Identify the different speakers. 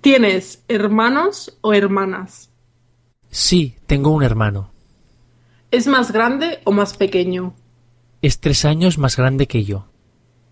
Speaker 1: ¿Tienes hermanos o hermanas?
Speaker 2: Sí, tengo un hermano.
Speaker 1: ¿Es más grande o más pequeño?
Speaker 2: Es tres años más grande que yo.